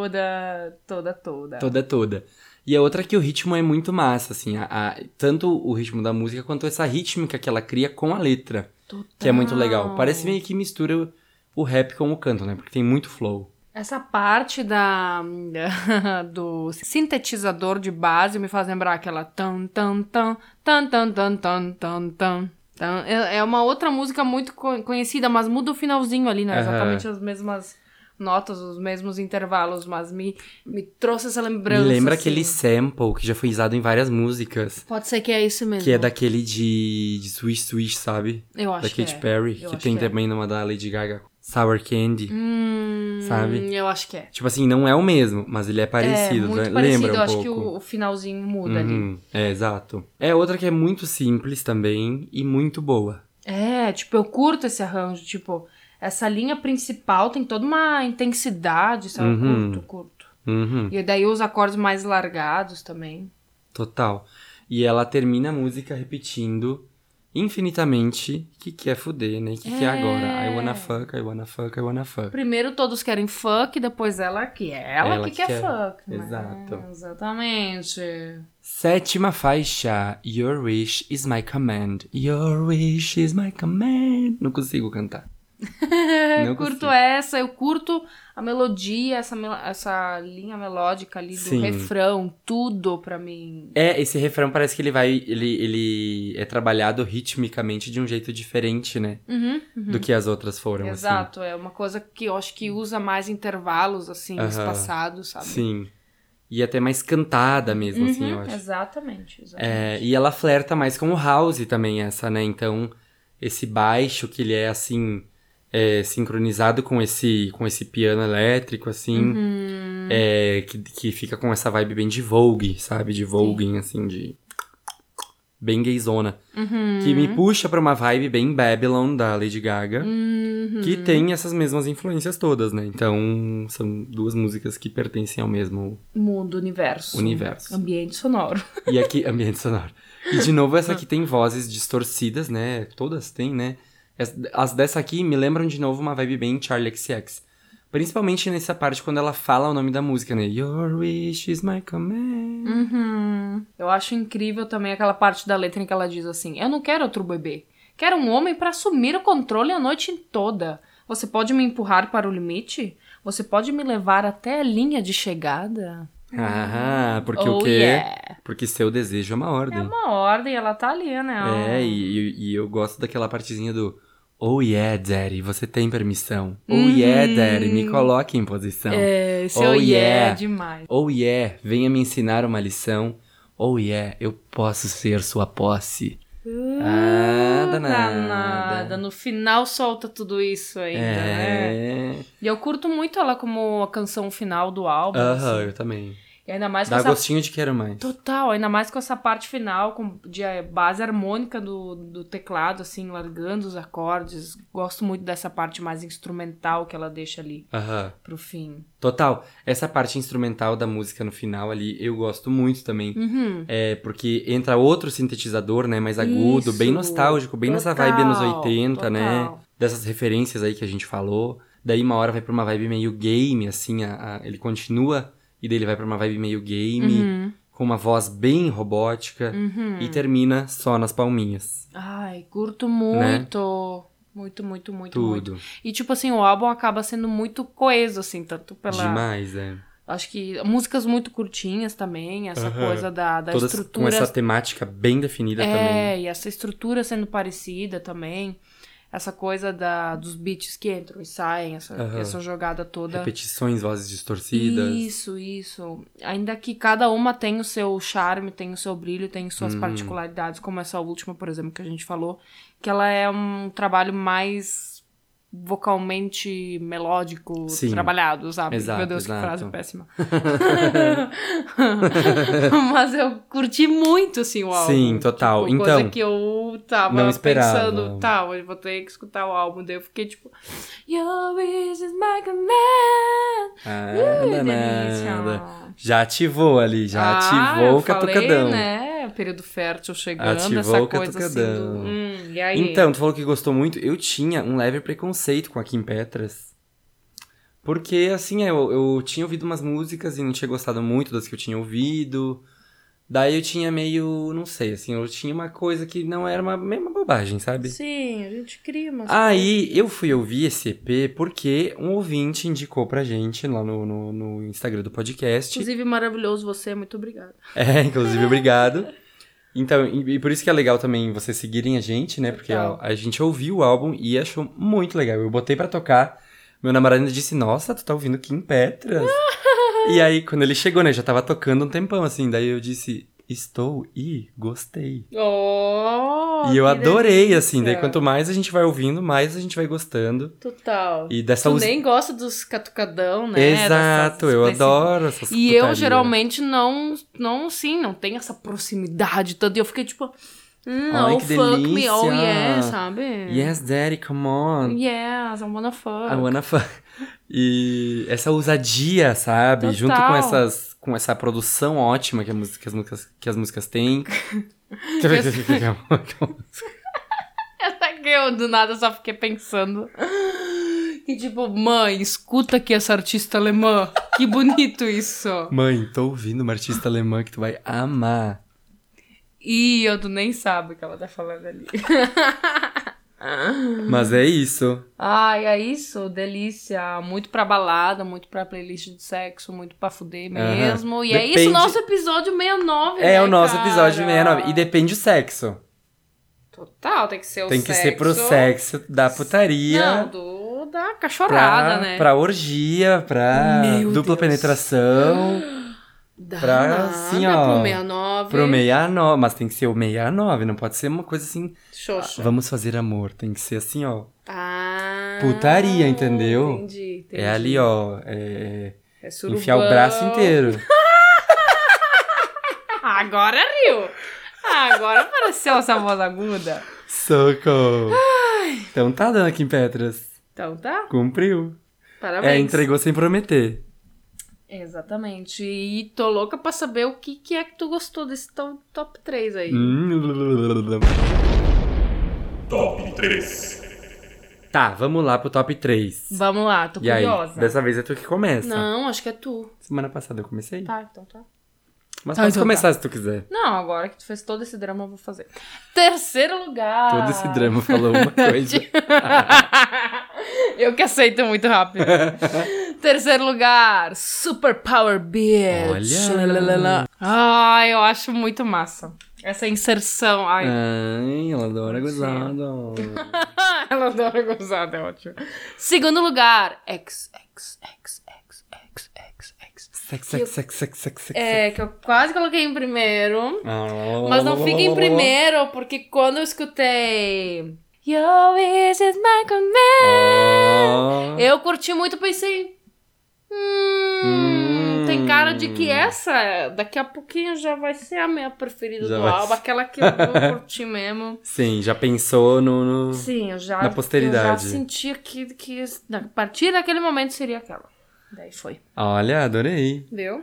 B: toda, toda, toda.
A: Toda, toda. E a outra é que o ritmo é muito massa, assim. a- a- tanto o ritmo da música quanto essa rítmica que ela cria com a letra,
B: Total.
A: que é muito
B: Ah.
A: legal. Parece meio que mistura o- o rap com o canto, né? Porque tem muito flow.
B: Essa parte da, do sintetizador de base me faz lembrar aquela tan tan tan tan tan tan tan tan tan. tan. É é uma outra música muito co- conhecida, mas muda o finalzinho ali, não é
A: Aham.
B: exatamente as mesmas notas, os mesmos intervalos, mas me, me trouxe essa lembrança.
A: Me lembra
B: assim.
A: aquele sample que já foi usado em várias músicas.
B: Pode ser que é isso mesmo.
A: Que é daquele de, de Swish Swish, sabe?
B: Eu acho
A: da
B: que
A: Katy
B: é.
A: Perry,
B: Eu
A: que
B: acho
A: tem
B: que é.
A: também numa da Lady Gaga, Sour Candy.
B: Hum,
A: Sabe?
B: Eu acho que é.
A: Tipo assim, não é o mesmo, mas ele é parecido,
B: é, muito
A: né?
B: parecido.
A: lembra um
B: eu acho
A: pouco.
B: que o, o finalzinho muda ali.
A: Uhum, É, exato. É outra que é muito simples também e muito boa.
B: É, tipo, eu curto esse arranjo, tipo, essa linha principal tem toda uma intensidade, sabe?
A: Uhum.
B: Eu curto, curto.
A: Uhum,
B: E daí os acordes mais largados também.
A: total. E ela termina a música repetindo infinitamente que quer fuder, né? Que quer
B: É.
A: agora. I wanna fuck, I wanna fuck, I wanna fuck.
B: Primeiro todos querem fuck, depois ela que é ela,
A: Ela
B: que,
A: que
B: quer
A: quer.
B: fuck. né?
A: Exato.
B: Exatamente.
A: Sétima faixa, Your Wish is My Command. Your Wish is My Command. Não é consigo cantar. Não
B: eu curto
A: consigo.
B: essa, eu curto a melodia, essa, mel- essa linha melódica ali do
A: Sim.
B: refrão, tudo pra mim.
A: É, esse refrão parece que ele vai. Ele, ele é trabalhado ritmicamente de um jeito diferente, né?
B: Uhum, uhum.
A: Do que as outras foram, assim.
B: Exato, é uma coisa que eu acho que usa mais intervalos, assim,
A: Aham.
B: espaçados, sabe?
A: Sim. E até mais cantada mesmo, assim, eu
B: Uhum,
A: acho.
B: Exatamente, exatamente.
A: É, e ela flerta mais com o house também, essa, né? Então, esse baixo que ele é, assim, é, sincronizado com esse, com esse piano elétrico, assim,
B: Uhum.
A: é, que, que fica com essa vibe bem de Vogue, sabe? De Vogue, assim, de. Bem gayzona.
B: Uhum.
A: Que me puxa pra uma vibe bem Babylon da Lady Gaga,
B: Uhum.
A: que tem essas mesmas influências todas, né? Então, são duas músicas que pertencem ao mesmo
B: Mundo, universo.
A: universo.
B: Ambiente sonoro.
A: E aqui, ambiente sonoro. E de novo,
B: Uhum.
A: essa aqui tem vozes distorcidas, né? Todas têm, né? As- As dessa aqui me lembram de novo uma vibe bem Charlie XCX. Principalmente nessa parte quando ela fala o nome da música, né? Your wish is my command.
B: Uhum. Eu acho incrível também aquela parte da letra em que ela diz assim: Eu não quero outro bebê. Quero um homem pra assumir o controle a noite toda. Você pode me empurrar para o limite? Você pode me levar até a linha de chegada?
A: Ah, porque
B: oh,
A: o quê?
B: yeah.
A: Porque seu desejo é uma
B: É
A: ordem.
B: uma ordem, ela tá ali, né?
A: É, e, e- e eu gosto daquela partezinha do Oh yeah, daddy, você tem permissão. Oh yeah, daddy, me coloque em posição.
B: Uhum. É, seu
A: Oh,
B: yeah,
A: yeah.
B: é demais.
A: Oh yeah, venha me ensinar uma lição. Oh yeah, eu posso ser sua posse. Ah,
B: Uh,
A: danada.
B: danada. No final solta tudo isso ainda, né?
A: É.
B: E eu curto muito ela como a canção final do álbum.
A: Aham,
B: assim.
A: eu também.
B: E ainda mais com
A: Dá
B: essa
A: gostinho de quero mais.
B: Total, ainda mais com essa parte final com, de eh, base harmônica do, do teclado, assim, largando os acordes. Gosto muito dessa parte mais instrumental que ela deixa ali
A: Aham.
B: pro fim.
A: Total. Essa parte instrumental da música no final ali, eu gosto muito também.
B: Uhum.
A: É, porque entra outro sintetizador, né? Mais agudo,
B: Isso.
A: bem nostálgico, bem nessa
B: Total,
A: vibe anos 80, né?
B: total.
A: Dessas referências aí que a gente falou. Daí uma hora vai pra uma vibe meio game, assim. a- a- ele continua e daí ele vai pra uma vibe meio game.
B: Uhum.
A: com uma voz bem robótica
B: Uhum.
A: e termina só nas palminhas.
B: Ai, curto muito. Muito, muito, muito, muito.
A: Né? Tudo.
B: E tipo assim, o álbum acaba sendo muito coeso, assim, tanto pela.
A: Demais, é.
B: Acho que músicas muito curtinhas também, essa
A: Aham.
B: coisa da, da
A: Todas
B: estrutura
A: com essa temática bem definida também.
B: É, e essa estrutura sendo parecida também. Essa coisa da, dos beats que entram e saem, essa,
A: Aham.
B: essa jogada toda.
A: Repetições, vozes distorcidas.
B: Isso, isso. Ainda que cada uma tem o seu charme, tem o seu brilho, tem suas
A: Hum.
B: particularidades, como essa última, por exemplo, que a gente falou, que ela é um trabalho mais vocalmente melódico,
A: Sim.
B: trabalhado, sabe?
A: Exato,
B: Meu Deus,
A: exato.
B: que frase péssima. Mas eu curti muito, assim, o álbum.
A: Sim, total.
B: Tipo,
A: Então-
B: Coisa que eu tava
A: Não esperava.
B: pensando, tá, eu vou ter que escutar o álbum, daí eu fiquei tipo, Your wish is my command.
A: Ah,
B: Ui,
A: danada.
B: delícia.
A: Já ativou ali, já
B: Ah,
A: ativou
B: eu
A: o catucadão.
B: Falei, né? Período fértil chegando,
A: Ativou
B: essa
A: o
B: coisa assim do...
A: catucadão.
B: Hum, e aí?
A: Então, tu falou que gostou muito. Eu tinha um leve preconceito com a Kim Petras. Porque, assim, eu, eu tinha ouvido umas músicas e não tinha gostado muito das que eu tinha ouvido. Daí eu tinha meio, não sei, assim, eu tinha uma coisa que não era uma mesma bobagem, sabe?
B: Sim, a gente cria umas
A: Aí eu fui ouvir esse EP porque um ouvinte indicou pra gente lá no, no, no Instagram do podcast.
B: Inclusive, maravilhoso você, muito obrigada.
A: É, inclusive, obrigado. Então, e, e por isso que é legal também vocês seguirem a gente, né? Porque a,
B: Total.
A: a gente ouviu o álbum e achou muito legal. Eu botei pra tocar, meu namorado ainda disse, nossa, tu tá ouvindo Kim Petras? e aí, quando ele chegou, né, já tava tocando um tempão, assim. Daí eu disse, estou e gostei.
B: Oh,
A: e eu
B: que
A: adorei,
B: delícia.
A: assim. Daí quanto mais a gente vai ouvindo, mais a gente vai gostando.
B: Total.
A: E dessa...
B: Tu
A: us-
B: nem gosta dos catucadão, né?
A: Exato,
B: Dessas-
A: eu
B: desse-
A: adoro essas
B: E eu
A: putaria.
B: geralmente não, não, sim, não tem essa proximidade toda. E eu fiquei tipo, hum,
A: Ai,
B: oh
A: que
B: fuck me, oh
A: delícia.
B: yeah, sabe?
A: Yes, daddy, come on.
B: Yes, I wanna fuck.
A: A Wanna Fun. E essa ousadia, sabe?
B: Total.
A: Junto com essas com essa produção ótima que, a música- que as, músicas, que as músicas têm.
B: Essa que eu do nada só fiquei pensando. Que tipo, mãe, escuta aqui essa artista alemã. Que bonito isso.
A: Mãe, tô ouvindo uma artista alemã que tu vai amar.
B: Ih, eu tu nem sabe o que ela tá falando ali.
A: Mas é isso.
B: Ai, é isso, delícia. Muito pra balada, muito pra playlist de sexo, muito pra fuder
A: Aham.
B: mesmo. E é
A: Depende-
B: isso, nosso episódio 69,
A: É
B: né,
A: o nosso
B: cara?
A: episódio 69. E depende do sexo.
B: Total, tem que ser o
A: Tem
B: sexo.
A: que ser pro sexo da
B: Não,
A: putaria.
B: do, da cachorrada,
A: pra,
B: né?
A: pra orgia, pra
B: Meu
A: dupla
B: Deus.
A: penetração,
B: Danada,
A: assim, ó,
B: Pro 69.
A: pro 69. Mas tem que ser o 69, não pode ser uma coisa assim.
B: Xoxa.
A: Vamos fazer amor. Tem que ser assim, ó.
B: Ah,
A: Putaria, entendeu?
B: Entendi, entendi.
A: É ali, ó. é-
B: É surubão.
A: enfiar o braço inteiro.
B: Ah, Agora riu. Ah, Agora apareceu essa voz aguda.
A: Socorro. Então tá dando aqui em Petras.
B: Então tá,
A: Cumpriu.
B: parabéns.
A: É, entregou sem prometer.
B: Exatamente. E tô louca pra saber o que, que é que tu gostou desse to- top 3 aí.
A: Hum.
C: Top 3.
A: Tá, vamos lá pro top 3.
B: Vamos lá, tô
A: e aí,
B: curiosa.
A: dessa vez é tu que começa.
B: Não, acho que é tu.
A: Semana passada eu comecei.
B: Tá, então tá.
A: Mas
B: Tá,
A: pode
B: então
A: começar se tu quiser.
B: Não, agora que tu fez todo esse drama, eu vou fazer. Terceiro lugar.
A: Todo esse drama falou uma coisa.
B: eu que aceito muito rápido. Terceiro lugar, Super Power Bitch.
A: Olha.
B: Lalalala. Ai, eu acho muito massa. Essa inserção. Ai,
A: Ai, ela adora gozado.
B: Ela adora gozar, é ótimo. Segundo lugar, X, X, X, X, X, X, X.
A: Sex, sex, sex, sex, sex, sex.
B: É, que eu quase coloquei em primeiro.
A: Ah,
B: Mas não fica em primeiro, porque quando eu escutei. Your wish is my command.
A: Ah.
B: Eu curti muito, pensei. Hum,
A: Hum.
B: Tem cara de que essa daqui a pouquinho já vai ser a minha preferida
A: Já
B: do
A: vai
B: álbum,
A: ser.
B: aquela que eu vou curtir mesmo.
A: Sim, já pensou no. no...
B: Sim, eu já,
A: Na
B: eu já
A: posteridade.
B: senti que, que a partir daquele momento seria aquela. Daí foi.
A: Olha, adorei.
B: Viu?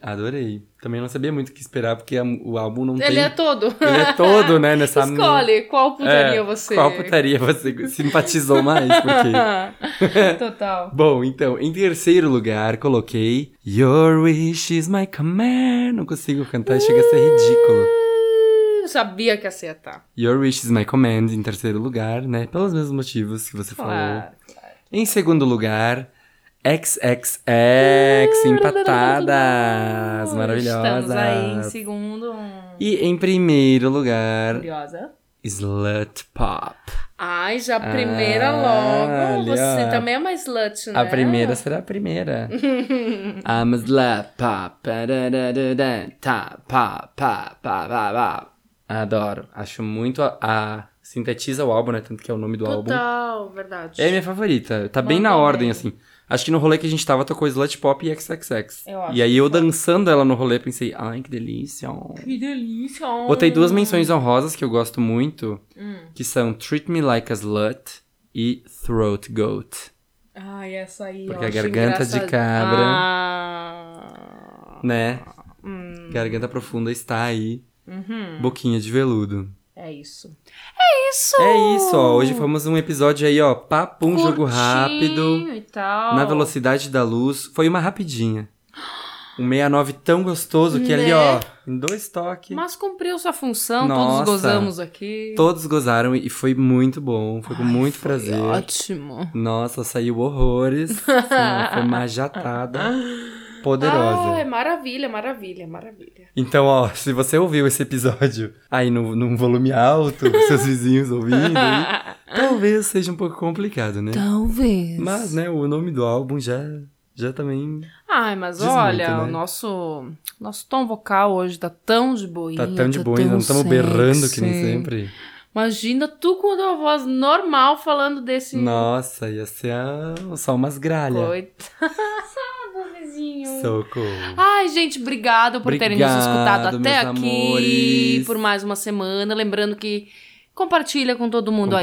A: Adorei. Também não sabia muito o que esperar, porque a- o álbum não tem.
B: Ele é todo.
A: Ele é todo, né? Nessa
B: Escolhe qual putaria
A: É,
B: você.
A: Qual putaria você simpatizou mais? Porque...
B: Total.
A: Bom, então, em terceiro lugar, coloquei Your Wish is My Command. Não consigo cantar, chega a ser
B: Uh!
A: ridículo.
B: Eu sabia que ia acertar.
A: Your Wish is My Command, em terceiro lugar, né? Pelos mesmos motivos que você falou.
B: Claro.
A: Em segundo lugar, XXX, empatadas,
B: Estamos aí em
A: maravilhosas.
B: segundo.
A: E em primeiro lugar,
B: Curiosa.
A: Slut Pop.
B: Ai, já a
A: Ah,
B: primeira logo.
A: ali,
B: Você
A: ó.
B: também é mais slut, né?
A: A primeira será a primeira. I'm a slap, pá, pá, dá, dá, dá, dá, tá, pá, pá, pá, pá, pá. Adoro. Acho muito a, a- Sintetiza o álbum, né? Tanto que é o nome do álbum.
B: Total, verdade.
A: É minha favorita. Tá bem
B: Bom
A: na
B: também.
A: ordem, assim. Acho que no rolê que a gente tava tocou Slut Pop e XXX.
B: Eu acho é.
A: E aí eu dançando ela no rolê pensei, ai que delícia. ó."
B: Que delícia.
A: Botei duas menções honrosas que eu gosto muito,
B: Hum.
A: que são Treat Me Like a Slut e Throat Goat.
B: Ai, essa aí.
A: Porque
B: eu
A: a
B: acho
A: garganta de
B: engraçada.
A: cabra-
B: Ah.
A: Né?
B: Hum.
A: Garganta Profunda está aí,
B: Uhum.
A: boquinha de veludo.
B: É isso. É isso!
A: É isso, ó. Hoje fomos um episódio aí, ó, papo, um jogo rápido,
B: E tal.
A: na velocidade da luz. Foi uma rapidinha. Um 69 tão gostoso que ali,
B: Né?
A: ó, em dois toques,
B: Mas cumpriu sua função,
A: Nossa.
B: todos gozamos aqui.
A: todos gozaram e foi muito bom. Foi com muito prazer.
B: Ótimo.
A: Nossa, saiu horrores. Sim, ó, foi uma jatada poderosa.
B: Ai, maravilha, maravilha, maravilha.
A: Então, ó, se você ouviu esse episódio aí num, num volume alto, seus vizinhos ouvindo, aí, Talvez seja um pouco complicado, né?
B: Talvez.
A: Mas, né, o nome do álbum já, já também
B: Ai, mas
A: Diz muito,
B: olha,
A: né?
B: o nosso, nosso tom vocal hoje tá tão de boinha.
A: tá tão de boa, ainda não estamos
B: sexy.
A: berrando que nem sempre.
B: Imagina tu com a voz normal falando desse.
A: Nossa, ia ser ah, só umas gralhas.
B: Coitado, vizinho.
A: Socorro.
B: Ai, gente, obrigado por terem nos escutado
A: Obrigado,
B: até
A: meus
B: aqui,
A: amores.
B: por mais uma semana. Lembrando que compartilha com todo mundo aí. A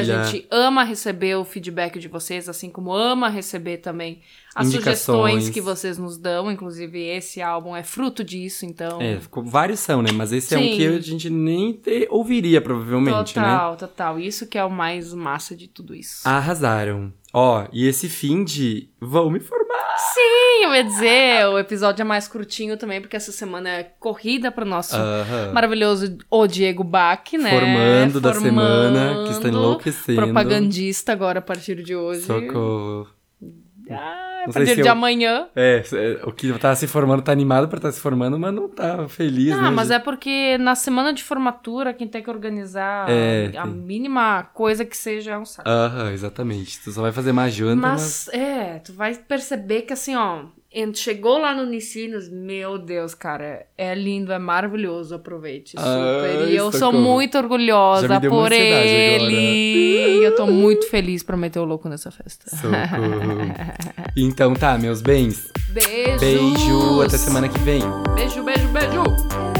A: Compartilha.
B: gente ama receber o feedback de vocês, assim como ama receber também as
A: Indicações.
B: sugestões que vocês nos dão. Inclusive, esse álbum é fruto disso, então.
A: É, ficou- vários são, né? Mas esse é um
B: Sim.
A: que a gente nem te- ouviria, provavelmente, né? Ah.
B: total, total. Isso que é o mais massa de tudo isso.
A: Arrasaram. Ó, e esse fim de. Vão me formar!
B: Sim, eu ia dizer, o episódio é mais curtinho também, porque essa semana é corrida pro
A: Ah.
B: nosso
A: Aham.
B: maravilhoso o Diego Bach, né?
A: Formando da semana, que está enlouquecendo.
B: Propagandista agora a partir de hoje.
A: Socorro.
B: Ah, a
A: Não sei
B: partir
A: se
B: de
A: eu-
B: amanhã.
A: É, é, o que tá se formando tá animado pra estar se formando, mas não tá feliz, né?
B: Ah, mas
A: gente?
B: é porque na semana de formatura, quem tem que organizar
A: É,
B: a
A: tem.
B: mínima coisa que seja é um saco.
A: Aham, exatamente. Tu só vai fazer mais janta, mas...
B: Mas, é, tu vai perceber que assim, ó, en- chegou lá no Nicinos, meu Deus, cara, é lindo, é maravilhoso, aproveite.
A: Ai,
B: Super. E eu sou
A: Ah, socorro.
B: muito
A: Já
B: orgulhosa
A: me deu uma
B: por
A: ansiedade
B: ele. Eu tô muito feliz pra meter o louco nessa festa.
A: Socorro. então tá, meus bens.
B: Beijos.
A: Beijo, até semana que vem.
B: Beijo, beijo, beijo.